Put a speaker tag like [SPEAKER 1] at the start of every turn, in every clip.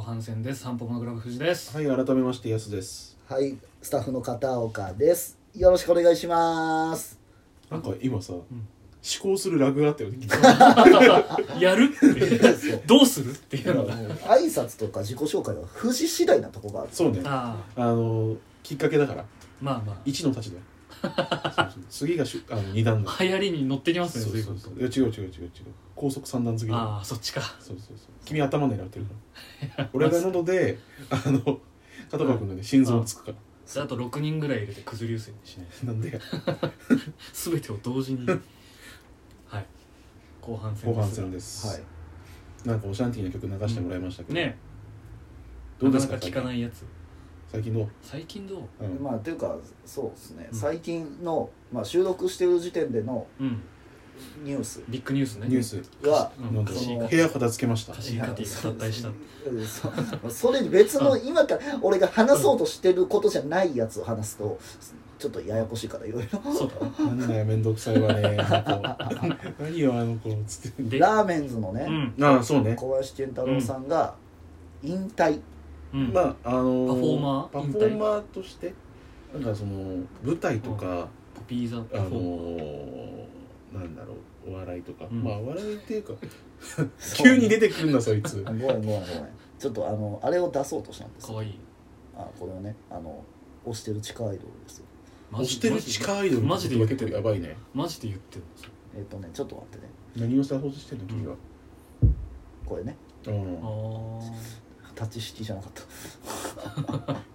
[SPEAKER 1] 反戦です散歩モノグラフ藤 です
[SPEAKER 2] はい、改めまして、やすです。
[SPEAKER 3] はい、スタッフの片岡です。よろしくお願いします。
[SPEAKER 2] なんか今さ、思
[SPEAKER 1] ん
[SPEAKER 2] 考するラグがあったよね。
[SPEAKER 1] やるっていうどうするっていうのが
[SPEAKER 3] 挨拶とか自己紹介は富士次第なとこがある。
[SPEAKER 2] そうね。あ
[SPEAKER 1] ああ
[SPEAKER 2] の、きっかけだから、
[SPEAKER 1] まあま
[SPEAKER 2] 一の立ちだよ。そうそう次がしゅ、あの、二段だ。
[SPEAKER 1] あ流行りに乗ってきますね
[SPEAKER 2] そう
[SPEAKER 1] 随
[SPEAKER 2] そ
[SPEAKER 1] 分
[SPEAKER 2] う
[SPEAKER 1] と
[SPEAKER 2] そう。いや、違う違う違う違う。高速三段次だ。
[SPEAKER 1] ああそっちか
[SPEAKER 2] そうそうそう。君頭狙ってるから。俺が喉 で、あの、片岡君がね、心臓をつくから。
[SPEAKER 1] じゃああと6人ぐらい入れて崩流星にしない
[SPEAKER 2] なんで、
[SPEAKER 1] 全てを同時にはい後半戦
[SPEAKER 2] 後半
[SPEAKER 1] が
[SPEAKER 2] 戦です。
[SPEAKER 3] はい。
[SPEAKER 2] なんかオシャンティーな曲流してもらいましたけど。
[SPEAKER 1] ね
[SPEAKER 2] どうで
[SPEAKER 1] な
[SPEAKER 2] す
[SPEAKER 1] か
[SPEAKER 2] か
[SPEAKER 1] なか聞かないやつ
[SPEAKER 2] 最近どう
[SPEAKER 1] 最近どう
[SPEAKER 2] うん
[SPEAKER 3] まあというかそうですね。
[SPEAKER 1] うん
[SPEAKER 3] 最近のまあ収録してる時点での
[SPEAKER 1] うん
[SPEAKER 3] ニュース
[SPEAKER 1] ビッグニュースね
[SPEAKER 2] ニュース。
[SPEAKER 3] は。
[SPEAKER 1] う
[SPEAKER 2] なん
[SPEAKER 1] ん
[SPEAKER 2] か
[SPEAKER 1] 歌詞
[SPEAKER 2] 部屋片付けました
[SPEAKER 1] 歌。詞カティが脱退した
[SPEAKER 3] うんそそれに別の今から俺が話そうとしてることじゃないやつを話すとちょっとややこしいからいろいろ
[SPEAKER 1] そう だ
[SPEAKER 2] なんだよめんどくさいわねあの子何よあの子つって
[SPEAKER 1] で
[SPEAKER 3] ラーメンズのね、
[SPEAKER 1] うん
[SPEAKER 2] ああそうね
[SPEAKER 3] 小林健太郎さんが引退、
[SPEAKER 1] うん
[SPEAKER 2] まああ
[SPEAKER 1] パ
[SPEAKER 2] の
[SPEAKER 1] フォーマー
[SPEAKER 2] パフォーマーとしてなんかその舞台とか、
[SPEAKER 1] ポピーザパ
[SPEAKER 2] あの
[SPEAKER 1] フォー
[SPEAKER 2] なんだろうお笑いとか、
[SPEAKER 1] うん
[SPEAKER 2] まあお笑いって いうか急に出てくるんだそいつ
[SPEAKER 3] ごめんごめんごめんちょっとあのあれを出そうとしたんです
[SPEAKER 1] かわいい
[SPEAKER 3] あこれをねあの押してる地下アイドルですよ
[SPEAKER 1] マ
[SPEAKER 2] 押
[SPEAKER 1] ジ
[SPEAKER 2] してる地下アイドル
[SPEAKER 1] マジで言って
[SPEAKER 2] 結構やばいね
[SPEAKER 1] マジで言ってる
[SPEAKER 3] えっ、とねちょっと待ってね
[SPEAKER 2] 何をサポートしてんの君は、
[SPEAKER 3] これね
[SPEAKER 2] うん
[SPEAKER 1] のあ
[SPEAKER 3] タッチ式じゃなかっ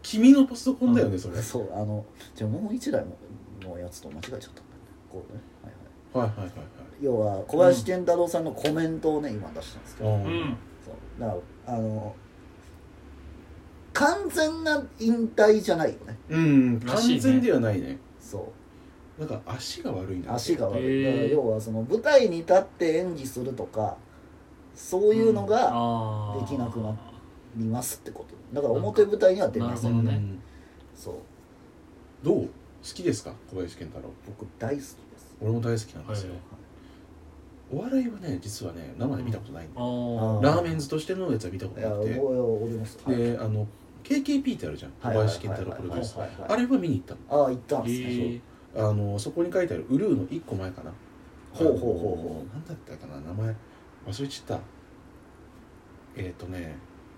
[SPEAKER 2] 君のパソコンだよねそれ、
[SPEAKER 3] たそうあのじゃあもう一台ののやつと間違えちゃったんだよねこれね、はいはい、
[SPEAKER 2] はいはいはいはい
[SPEAKER 3] 要は小林健太郎さんのコメントをね今出したんですけど、
[SPEAKER 2] あ
[SPEAKER 1] あう
[SPEAKER 2] ー
[SPEAKER 1] ん
[SPEAKER 3] そうだからあの完全な引退じゃないよね
[SPEAKER 2] うん
[SPEAKER 1] らしいね
[SPEAKER 2] 完全ではないね
[SPEAKER 3] そう
[SPEAKER 2] なんか足が悪いな
[SPEAKER 3] 足が悪い、
[SPEAKER 1] へー
[SPEAKER 3] だから要はその舞台に立って演技するとかそういうのが
[SPEAKER 1] が
[SPEAKER 3] できなくなっ見ますってことだから
[SPEAKER 1] なんか
[SPEAKER 3] 表舞台には出ませ
[SPEAKER 1] なるほど
[SPEAKER 3] ん
[SPEAKER 1] ね
[SPEAKER 2] うん
[SPEAKER 3] そう
[SPEAKER 2] どう好きですか小林健太郎
[SPEAKER 3] 僕大好きです
[SPEAKER 2] 俺も大好きなんですよ、
[SPEAKER 1] はい
[SPEAKER 2] お笑いはね実はね生で見たことないんだ
[SPEAKER 1] あ
[SPEAKER 2] よ、
[SPEAKER 1] ー
[SPEAKER 2] ラーメンズとしてのやつは見たこ
[SPEAKER 3] い
[SPEAKER 2] と
[SPEAKER 3] や
[SPEAKER 2] な
[SPEAKER 3] も
[SPEAKER 2] く
[SPEAKER 3] う
[SPEAKER 2] て
[SPEAKER 3] 俺もそうはい
[SPEAKER 2] であの KKP ってあるじゃん小
[SPEAKER 3] はいはいはい
[SPEAKER 2] 林健太郎プロデュース
[SPEAKER 3] はいはいはい
[SPEAKER 2] あれは見に行ったの
[SPEAKER 3] ああ行ったん
[SPEAKER 1] へ
[SPEAKER 3] ですね
[SPEAKER 1] ー
[SPEAKER 2] あのそこに書いてあるウルーの1個前かな
[SPEAKER 3] ほうほうほうほ
[SPEAKER 2] う何だったかな名前忘れちゃったえっ、ー、とね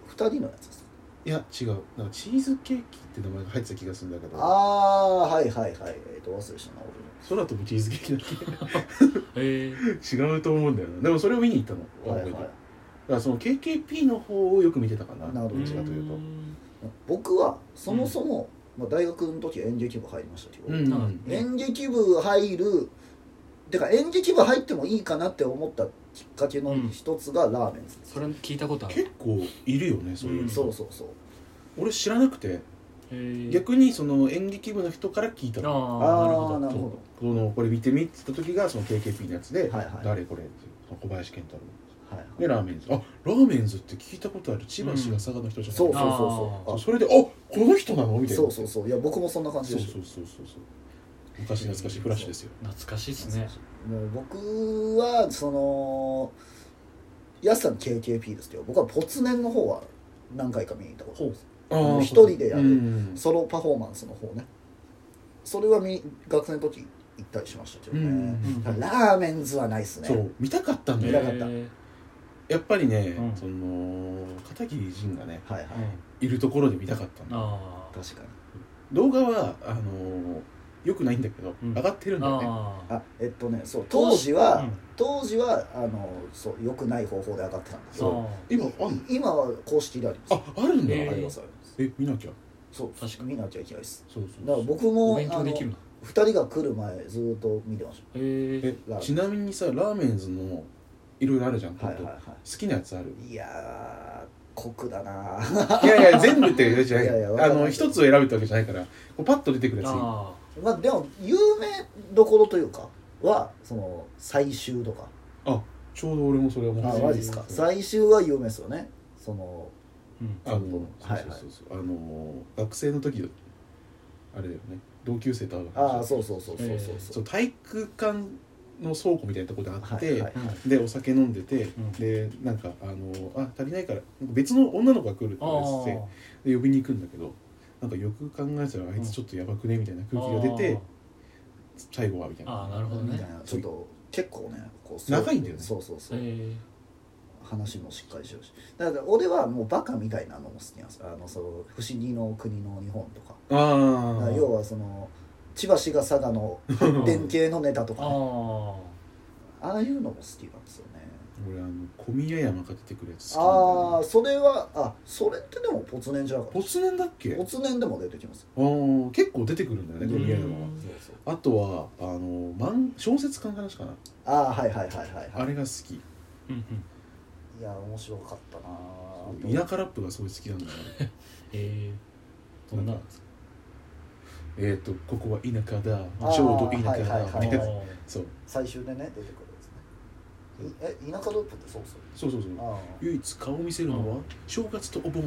[SPEAKER 3] う2人のやつです
[SPEAKER 2] いや違うなんかチーズケーキって名前が入ってた気がするんだけ
[SPEAKER 3] あ
[SPEAKER 2] ど
[SPEAKER 3] あはいはいはいえっ、と忘れしたな
[SPEAKER 2] 空飛ぶチーズケーキだっ
[SPEAKER 1] えー
[SPEAKER 2] け 違うと思うんだよなでもそれを見に行ったの
[SPEAKER 3] 俺も
[SPEAKER 2] 覚えて
[SPEAKER 3] はいは
[SPEAKER 2] る
[SPEAKER 3] い
[SPEAKER 2] だからその KKP の方をよく見てたかな
[SPEAKER 3] なるほど
[SPEAKER 2] どちらというと
[SPEAKER 3] 僕はそもそも、まあ、大学の時演劇部入りましたけど、
[SPEAKER 2] うん
[SPEAKER 1] うん
[SPEAKER 3] 演劇部入るてか演劇部入ってもいいかなって思ったきっかけの一つがラーメンズです、
[SPEAKER 1] それ聞いたことある
[SPEAKER 2] 結構いるよねそういう、
[SPEAKER 1] うん
[SPEAKER 3] そうそうそう
[SPEAKER 2] 俺知らなくて
[SPEAKER 1] えー
[SPEAKER 2] 逆にその演劇部の人から聞いた
[SPEAKER 1] あ
[SPEAKER 2] の
[SPEAKER 1] ーな
[SPEAKER 3] あ
[SPEAKER 1] る
[SPEAKER 3] ー
[SPEAKER 1] ほ
[SPEAKER 3] な
[SPEAKER 1] ど
[SPEAKER 3] るほ
[SPEAKER 2] このこれ見てみって言った時がその KKP のやつで「
[SPEAKER 3] はいはい
[SPEAKER 2] 誰これ?」っていう小林健太郎
[SPEAKER 3] ど、はい
[SPEAKER 2] でラーメンズあラーメンズって聞いたことある千葉市が佐賀の人じゃない、
[SPEAKER 3] そうそ
[SPEAKER 2] あ
[SPEAKER 3] うそう
[SPEAKER 2] そ
[SPEAKER 3] そうう
[SPEAKER 2] それで「あこの人なの?」みた
[SPEAKER 3] あ
[SPEAKER 2] いな
[SPEAKER 3] そうそうそういや僕もそんな感じ
[SPEAKER 2] そう
[SPEAKER 3] でし
[SPEAKER 2] そうそうそうそう昔懐かしいフラッシュですよ
[SPEAKER 1] 懐かしいです
[SPEAKER 3] た
[SPEAKER 1] ね
[SPEAKER 3] もう僕はそのやすさん KKP ですけど僕はポツネンの方は何回か見に行ったことあります
[SPEAKER 2] ー
[SPEAKER 3] 一人でやる
[SPEAKER 2] うん
[SPEAKER 3] ソロパフォーマンスの方ねそれはみ学生の時行ったりしましたけど
[SPEAKER 2] う
[SPEAKER 3] ね
[SPEAKER 2] ん、
[SPEAKER 3] だからラーメンズはないっすね
[SPEAKER 2] そう見たかったんだ
[SPEAKER 3] 見
[SPEAKER 2] よ
[SPEAKER 3] たかった
[SPEAKER 1] え
[SPEAKER 2] やっぱりね、
[SPEAKER 1] うん
[SPEAKER 2] その片桐仁がね
[SPEAKER 3] はいはい、
[SPEAKER 1] ーうん
[SPEAKER 2] いるところで見たかったの
[SPEAKER 1] あー
[SPEAKER 3] 確かに
[SPEAKER 2] 動画はあのよくないんだけど、
[SPEAKER 1] うん
[SPEAKER 2] 上がってるんだよね
[SPEAKER 1] あー
[SPEAKER 3] あえっとねそう当時は、
[SPEAKER 1] うん
[SPEAKER 3] 当時はあのそう良くない方法で上がってたんだけど
[SPEAKER 1] そ
[SPEAKER 2] 今あんの
[SPEAKER 3] 今は公式であります
[SPEAKER 2] ああるんだ、
[SPEAKER 1] えー
[SPEAKER 3] ありますあります
[SPEAKER 2] え見なきゃ
[SPEAKER 3] そう
[SPEAKER 1] 確かに
[SPEAKER 3] 見なきゃいけないです
[SPEAKER 2] そうそう
[SPEAKER 3] だから僕
[SPEAKER 1] うお
[SPEAKER 3] も
[SPEAKER 1] 勉強できる
[SPEAKER 3] あ
[SPEAKER 1] な
[SPEAKER 3] の二人が来る前ずーっと見てまし
[SPEAKER 1] えー
[SPEAKER 2] え
[SPEAKER 3] ラーメン
[SPEAKER 2] ちなみにさラーメンズのいろいろあるじゃん、
[SPEAKER 3] たはいはい
[SPEAKER 2] ほんと
[SPEAKER 3] は
[SPEAKER 2] 好きなやつある
[SPEAKER 3] いいやー酷だなー
[SPEAKER 2] いやいや全部って言うじゃない
[SPEAKER 3] いやいやわか
[SPEAKER 2] あ
[SPEAKER 3] んない
[SPEAKER 2] の一つを選ぶってわけじゃないからこうパッと出てくるやつ
[SPEAKER 1] あ
[SPEAKER 3] まあでも有名どころというかはその最終とか
[SPEAKER 2] ちょうど俺もそれ思
[SPEAKER 3] あ
[SPEAKER 2] う
[SPEAKER 3] マジですか
[SPEAKER 2] そう
[SPEAKER 3] 最終は有名ですよねその
[SPEAKER 1] ーうん
[SPEAKER 2] あの
[SPEAKER 3] ちょっと
[SPEAKER 2] そうそうそうそうあの学生の時だあれだよね同級生と会う
[SPEAKER 3] ああ
[SPEAKER 2] う
[SPEAKER 3] そうそうそうそうそう
[SPEAKER 2] そ
[SPEAKER 3] そう
[SPEAKER 2] う体育館の倉庫みたいなところであっ
[SPEAKER 3] はい
[SPEAKER 2] て、
[SPEAKER 3] はいはい
[SPEAKER 2] でお酒飲んでて、
[SPEAKER 1] ん
[SPEAKER 2] でなんかあのあ足りないからなんか別の女の子が来るって
[SPEAKER 1] あ
[SPEAKER 2] 言われて
[SPEAKER 1] ー
[SPEAKER 2] てで呼びに行くんだけどなんかよく考えたらあいつちょっとやばくねみたいな空気が出て最後はみたいな
[SPEAKER 1] あーあーなるほど
[SPEAKER 3] み
[SPEAKER 1] ね
[SPEAKER 3] たいなちょっと結構ねこう
[SPEAKER 2] 長いんだよね
[SPEAKER 3] そうそうそう、
[SPEAKER 1] え
[SPEAKER 3] 話もしっかりしてるしだから俺はもうバカみたいなのも好きなんですよあのそう不思議の国の日本とかだか
[SPEAKER 2] あ
[SPEAKER 3] ら
[SPEAKER 2] あ
[SPEAKER 3] 要はその千葉市が佐賀の発展系のネタと
[SPEAKER 1] ー、
[SPEAKER 3] か、ね、
[SPEAKER 1] あ
[SPEAKER 3] ああいうのも好きなんですよね
[SPEAKER 2] 俺あの小宮山が出てくるやつ
[SPEAKER 3] ああ
[SPEAKER 2] 好
[SPEAKER 3] ーそれはあそれってでもポツネンじゃな
[SPEAKER 2] き
[SPEAKER 3] かった
[SPEAKER 2] なんだよねポツネンだっけ
[SPEAKER 3] ポツネンでも出てきます
[SPEAKER 2] あー結構出てくるんだよね小宮
[SPEAKER 1] う
[SPEAKER 2] 山は
[SPEAKER 1] ん
[SPEAKER 2] あとはあの漫小説館の話かな
[SPEAKER 3] ああはいはいはいはい
[SPEAKER 2] あ
[SPEAKER 3] は
[SPEAKER 2] れが好き
[SPEAKER 1] ーうんうん
[SPEAKER 3] いいや面白かったなぁ
[SPEAKER 2] 田舎ラップがすごい好きなんだよね
[SPEAKER 1] えー、どんな
[SPEAKER 2] なんえっとここは田舎だ
[SPEAKER 3] あー
[SPEAKER 2] ちょうど田舎
[SPEAKER 3] はい
[SPEAKER 2] だ
[SPEAKER 3] は
[SPEAKER 2] みた
[SPEAKER 3] いはい
[SPEAKER 2] いな
[SPEAKER 1] あー
[SPEAKER 2] そう
[SPEAKER 3] 最終でね出てくるんですねいえ田舎ドップってそうそう
[SPEAKER 2] そうそうそう
[SPEAKER 3] あ
[SPEAKER 2] 唯一顔を見せるのは正月とお盆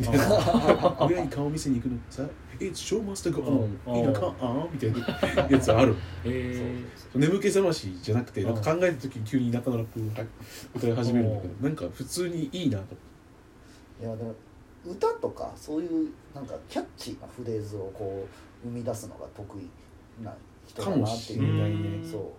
[SPEAKER 2] みたいな
[SPEAKER 1] あー
[SPEAKER 2] 親に顔を見せに行くのさ「It's show must go
[SPEAKER 1] あー
[SPEAKER 2] on 田舎あー」みたいなやつある
[SPEAKER 1] え
[SPEAKER 3] あ
[SPEAKER 1] ー、
[SPEAKER 2] 眠気覚ましじゃなくてなんか考えた時に急に田舎のラップをはい歌い始めるんだけどなんか普通にいいなと
[SPEAKER 3] いやでも歌とかそういうなんかキャッチーなフレーズをこう生み出すのが得意な人だなってい
[SPEAKER 2] かもしれな
[SPEAKER 3] う
[SPEAKER 2] い
[SPEAKER 1] ね
[SPEAKER 3] そ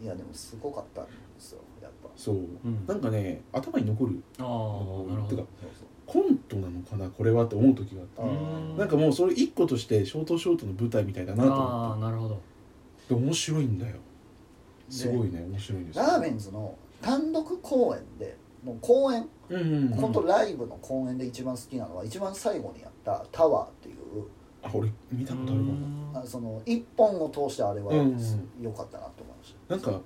[SPEAKER 3] ういやでもすごかったんですよやっぱ
[SPEAKER 2] そう、
[SPEAKER 1] うん
[SPEAKER 2] なんかね頭に残る
[SPEAKER 1] あーなるほ
[SPEAKER 2] てか
[SPEAKER 1] ど
[SPEAKER 3] そうそう
[SPEAKER 2] コントなのかなこれはって思う時があっ
[SPEAKER 3] あ
[SPEAKER 1] う
[SPEAKER 3] ー
[SPEAKER 2] た
[SPEAKER 1] ん
[SPEAKER 2] なんかもうそれ一個としてショートショートの舞台みたいだなと思
[SPEAKER 1] ああーなるほど
[SPEAKER 2] ってで面白いんだよすごいね面白いです
[SPEAKER 3] ラーメンズの単独公演でもう公演
[SPEAKER 2] うんうんうん
[SPEAKER 3] 本当ライブの公演で一番好きなのは一番最後にやった「タワー」っていう
[SPEAKER 2] あ俺見たことあるかも
[SPEAKER 3] あその一本を通してあれは
[SPEAKER 2] うん
[SPEAKER 3] 良かったなと思いまし
[SPEAKER 2] な
[SPEAKER 3] た
[SPEAKER 2] んか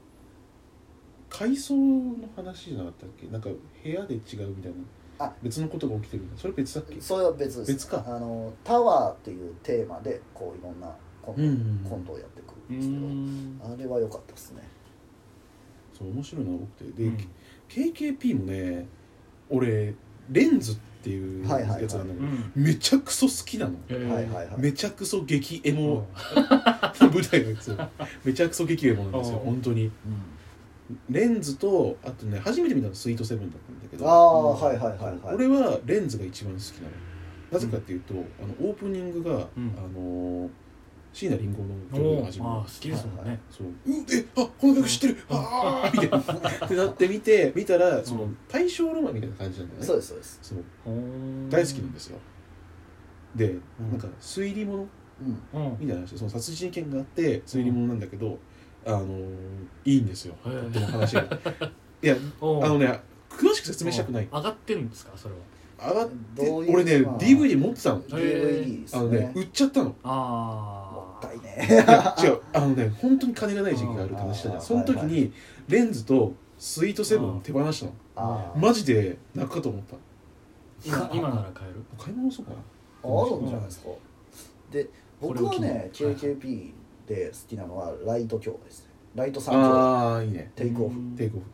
[SPEAKER 2] 階層の話じゃなかったっけなんか部屋で違うみたいな
[SPEAKER 3] あ
[SPEAKER 2] 別のことが起きてるみたいなそれ別だっけ
[SPEAKER 3] それは別です
[SPEAKER 2] 別か
[SPEAKER 3] あのタワーっていうテーマでこういろんなコント,、
[SPEAKER 2] うんうんうん
[SPEAKER 3] コントをやってく
[SPEAKER 1] う
[SPEAKER 3] るんで
[SPEAKER 1] ん
[SPEAKER 3] すけどあれは良かったですね
[SPEAKER 2] そう面白いのが多くてで、
[SPEAKER 1] うん
[SPEAKER 2] KKP もね俺レンズっていうやつ
[SPEAKER 3] はい
[SPEAKER 2] なん
[SPEAKER 3] は
[SPEAKER 2] だけ
[SPEAKER 3] い
[SPEAKER 2] ど、
[SPEAKER 1] うん
[SPEAKER 2] めちゃくそ好きなの、
[SPEAKER 1] えー
[SPEAKER 3] はいはいはい
[SPEAKER 2] めちゃくそ激エ
[SPEAKER 1] うん
[SPEAKER 2] モの舞台のやつめちゃくそ激エモなんですよ
[SPEAKER 1] うん
[SPEAKER 2] 本当にレンズとあとね初めて見たのスイートセブンだったんだけ
[SPEAKER 3] あ
[SPEAKER 2] ど
[SPEAKER 3] あ
[SPEAKER 1] うん
[SPEAKER 3] はいはいはいはい
[SPEAKER 2] 俺はレンズが一番好きなのなぜかっていうと、あのオープニングが、
[SPEAKER 1] うん
[SPEAKER 2] あのー椎名林檎の曲
[SPEAKER 1] お
[SPEAKER 2] が
[SPEAKER 1] ー
[SPEAKER 2] 始
[SPEAKER 1] まあ
[SPEAKER 2] ま
[SPEAKER 1] 好きですもんね
[SPEAKER 2] るそう「うんえあこの曲知ってるああ」みたいなってなって見て見たらそうの
[SPEAKER 1] ん
[SPEAKER 2] 大正ロマンみたいな感じなんだよね
[SPEAKER 3] そうですそうです
[SPEAKER 2] そう
[SPEAKER 1] 大
[SPEAKER 2] 大好きなんですよで、
[SPEAKER 1] ん
[SPEAKER 2] なんか推理物
[SPEAKER 3] うん
[SPEAKER 1] うん
[SPEAKER 2] みたいな話その殺人事件があって推理物なんだけど、あのーいいんですよ
[SPEAKER 1] へ
[SPEAKER 2] と
[SPEAKER 1] ー
[SPEAKER 2] っても話がいや
[SPEAKER 1] おー
[SPEAKER 2] あのね詳しく説明したくない
[SPEAKER 1] 上がってるんですかそれは
[SPEAKER 2] 上がって
[SPEAKER 3] どういう
[SPEAKER 2] 俺ね
[SPEAKER 3] まあ
[SPEAKER 2] DVD 持ってたの
[SPEAKER 3] DVD です
[SPEAKER 2] あのね
[SPEAKER 3] ね
[SPEAKER 2] 売っちゃったの
[SPEAKER 3] も
[SPEAKER 1] あ
[SPEAKER 3] っ
[SPEAKER 1] あ
[SPEAKER 3] た い ね
[SPEAKER 2] いや違うあのね本当に金がない時期があるって話したじゃ
[SPEAKER 3] あ
[SPEAKER 2] ん
[SPEAKER 3] ー
[SPEAKER 2] その時
[SPEAKER 3] はい
[SPEAKER 2] にレンズとスイートセブンを手放したの
[SPEAKER 3] あー
[SPEAKER 2] マジで泣くかと思った
[SPEAKER 1] 今今なら買える
[SPEAKER 2] 買い物そうかな
[SPEAKER 3] あるんじゃないですかで僕はね
[SPEAKER 1] これを機に
[SPEAKER 3] KKP で好きなのはライト教ですねライト三教
[SPEAKER 2] ああーいいね
[SPEAKER 3] テイクオフ
[SPEAKER 2] テイクオフ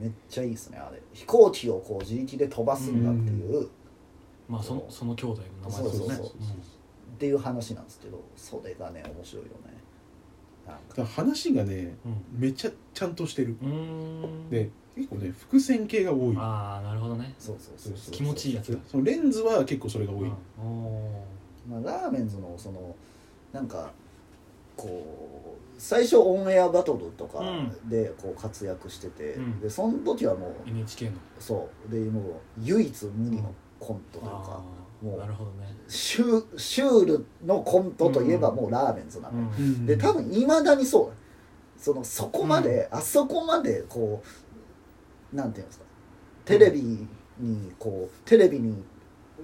[SPEAKER 3] めっちゃいいですねあれ飛行機をこう自力で飛ばすんだっていう
[SPEAKER 1] まあそのその兄弟の名前ですよね
[SPEAKER 3] そうそうっていう話なんですけどそれがね面白いよねなん
[SPEAKER 2] だ
[SPEAKER 3] か
[SPEAKER 2] から話がね
[SPEAKER 1] うん
[SPEAKER 2] めちゃちゃんとしてる
[SPEAKER 1] うん
[SPEAKER 2] で結構ね伏線系が多い
[SPEAKER 1] ああなるほどね
[SPEAKER 3] そうそうそうそう
[SPEAKER 1] 気持ちいいやつだ
[SPEAKER 2] そのレンズは結構それが
[SPEAKER 1] う
[SPEAKER 2] 多い
[SPEAKER 1] んお
[SPEAKER 3] まあ、ラーメンズのそのなんかこう最初オンエアバトルとか
[SPEAKER 1] うん
[SPEAKER 3] でこう活躍してて、
[SPEAKER 1] うん
[SPEAKER 3] でその時はもう
[SPEAKER 1] ー NHK の
[SPEAKER 3] そうでもう唯一無二のコントという
[SPEAKER 1] あ
[SPEAKER 3] か、
[SPEAKER 1] あ
[SPEAKER 3] もう
[SPEAKER 1] なるほどね
[SPEAKER 3] シュシュールのコントといえば
[SPEAKER 1] うん
[SPEAKER 3] もうラーメンズなの、
[SPEAKER 1] うん
[SPEAKER 2] うん
[SPEAKER 3] で多分いまだにそうだそのそこまで、あそこまでこうなんていうんですかテレビにこうテレビに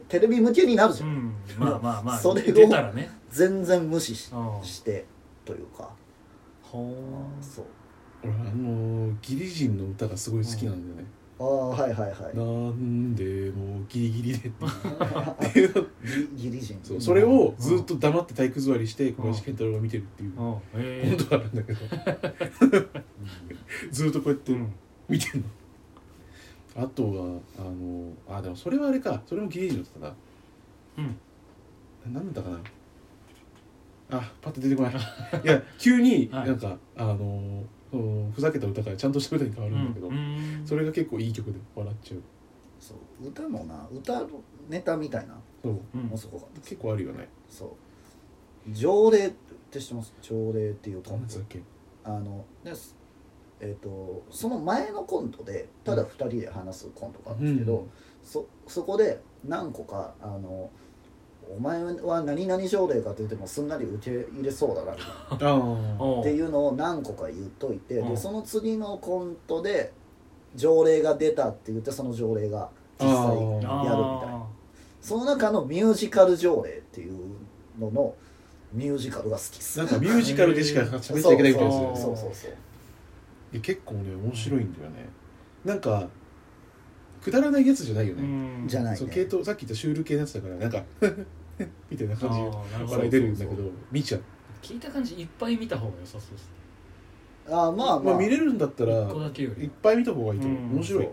[SPEAKER 3] テレビ向けになるじ
[SPEAKER 1] う
[SPEAKER 3] ゃん、
[SPEAKER 1] んまあまあまあ
[SPEAKER 3] それを
[SPEAKER 1] 出たらね
[SPEAKER 3] 全然無視し
[SPEAKER 1] うん
[SPEAKER 3] してというか、
[SPEAKER 1] ほー
[SPEAKER 3] そう
[SPEAKER 2] 俺あのーギリ人の歌がすごい好きなんだよね
[SPEAKER 3] ああはいはいはい
[SPEAKER 2] なんでもうギリギリで っていう
[SPEAKER 3] ギギリ人
[SPEAKER 2] そうそれをずっと黙って体育座りして小林健太郎が見てるっていう
[SPEAKER 1] うんえー
[SPEAKER 2] 本当はあるんだけどずっとこうやって
[SPEAKER 1] うん
[SPEAKER 2] 見てんのあとはあのあでもそれはあれかそれもギリジだったな
[SPEAKER 1] うん
[SPEAKER 2] な何だったかなあパッと出てこないいや急に
[SPEAKER 1] はい
[SPEAKER 2] なんか、あのそのふざけた歌からちゃんとした歌に変わるんだけど、
[SPEAKER 1] うん
[SPEAKER 2] それが結構いい曲で笑っちゃう
[SPEAKER 3] そう歌もな歌のネタみたいな
[SPEAKER 2] そう
[SPEAKER 1] うん
[SPEAKER 3] もうそこが
[SPEAKER 2] 結構あるよね
[SPEAKER 3] そう条例って知ってます条例っていうコ
[SPEAKER 2] 何
[SPEAKER 3] ン
[SPEAKER 2] だ
[SPEAKER 3] ト
[SPEAKER 2] っけ
[SPEAKER 3] あのですえっ、とその前のコントでただ2人で話すコントがあるんですけど、
[SPEAKER 2] うん
[SPEAKER 3] そそこで何個かあの「お前は何々条例か」って言ってもすんなり受け入れそうだなみたいな
[SPEAKER 2] ああ
[SPEAKER 1] お
[SPEAKER 3] っていうのを何個か言っといて、
[SPEAKER 1] うん
[SPEAKER 3] でその次のコントで条例が出たって言ってその条例が実
[SPEAKER 2] あ
[SPEAKER 3] 際
[SPEAKER 2] ー
[SPEAKER 1] あー
[SPEAKER 3] やるみたいなその中のミュージカル条例っていうののミュージカルが好きっす
[SPEAKER 2] なん
[SPEAKER 3] ね
[SPEAKER 2] かミュージカルでしか喋っちゃいけないみたいなやつだよ
[SPEAKER 3] そ
[SPEAKER 2] ね
[SPEAKER 3] うそうそう
[SPEAKER 2] え結構ね面白いんだよねなんかくだらないやつじゃないよ
[SPEAKER 1] う
[SPEAKER 2] ね、
[SPEAKER 1] ん
[SPEAKER 3] じゃないね
[SPEAKER 2] そう系統さっき言ったシュール系のやつだからなんか みたいな
[SPEAKER 1] あ
[SPEAKER 2] 感じ
[SPEAKER 1] ーなるほど
[SPEAKER 2] 笑い出るんだけ
[SPEAKER 1] そうそう
[SPEAKER 2] ど見ちゃう
[SPEAKER 1] そう聞いた感じいっぱい見た方が良さそうですね
[SPEAKER 3] ああまあまあ、
[SPEAKER 2] 見れるんだったら
[SPEAKER 1] 一個だけよ
[SPEAKER 2] いっ
[SPEAKER 1] り
[SPEAKER 2] ぱい見た方がいいと思う、
[SPEAKER 1] うん
[SPEAKER 2] 面白い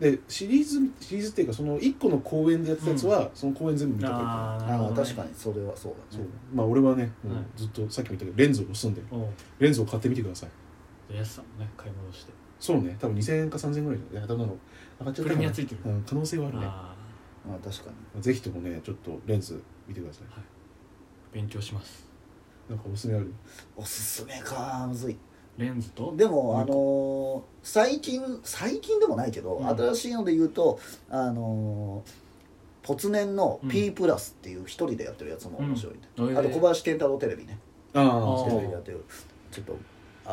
[SPEAKER 2] でシリーズシリーズっていうかその1個の公演でやってたやつは、その公演全部見た方がいいと思う
[SPEAKER 1] あーなる
[SPEAKER 3] あ
[SPEAKER 1] ほ
[SPEAKER 3] あ
[SPEAKER 1] どね
[SPEAKER 3] 確かにそれはそうだ
[SPEAKER 2] そう
[SPEAKER 3] ね
[SPEAKER 2] まあ俺はね、もう
[SPEAKER 1] はい
[SPEAKER 2] ずっとさっきも言ったけどレンズを住んで
[SPEAKER 1] おう
[SPEAKER 2] レンズを買ってみてください
[SPEAKER 1] じゃあ安さんもね買い戻して
[SPEAKER 2] そうね多分2000円か3000円ぐらいじゃないいや多分なんか上がっち
[SPEAKER 1] プ
[SPEAKER 2] ゃった
[SPEAKER 1] レ
[SPEAKER 2] か
[SPEAKER 1] ミ
[SPEAKER 2] な
[SPEAKER 1] アついてる
[SPEAKER 2] うん可能性はあるね
[SPEAKER 1] あ
[SPEAKER 3] まあ確かに
[SPEAKER 2] ぜひともねちょっとレンズ見てください
[SPEAKER 1] ー勉強します
[SPEAKER 2] なんかおすすめある
[SPEAKER 3] おすすめかむずい
[SPEAKER 1] レンズと
[SPEAKER 3] でもあのー最近最近でもないけど、
[SPEAKER 1] うん
[SPEAKER 3] 新しいので言うとあのー、ポツネンの
[SPEAKER 1] うん
[SPEAKER 3] P プラスっていう一人でやってるやつも面白いね、
[SPEAKER 1] うん
[SPEAKER 3] あと小林健太郎テレビね
[SPEAKER 2] あ
[SPEAKER 1] あ
[SPEAKER 2] あ
[SPEAKER 3] テ
[SPEAKER 1] ー
[SPEAKER 3] レビでやってるちょっと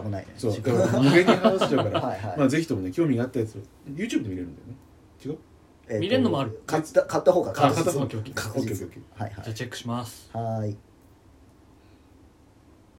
[SPEAKER 3] 危ないね
[SPEAKER 2] そう
[SPEAKER 3] 時
[SPEAKER 2] だ
[SPEAKER 3] 間
[SPEAKER 2] か
[SPEAKER 3] は
[SPEAKER 2] ら無限に話しちゃうか
[SPEAKER 3] い
[SPEAKER 2] ら
[SPEAKER 3] はい、
[SPEAKER 2] まあぜひともね興味があったやつを YouTube で見れるんだよね違う
[SPEAKER 3] えーと
[SPEAKER 1] 見れんのもある
[SPEAKER 3] 買った買った方が
[SPEAKER 1] あ買
[SPEAKER 3] 確
[SPEAKER 1] った方
[SPEAKER 3] 実
[SPEAKER 1] が OK OK
[SPEAKER 3] 確実
[SPEAKER 2] OK OK
[SPEAKER 3] はいは
[SPEAKER 1] じゃあチェックします
[SPEAKER 3] いはい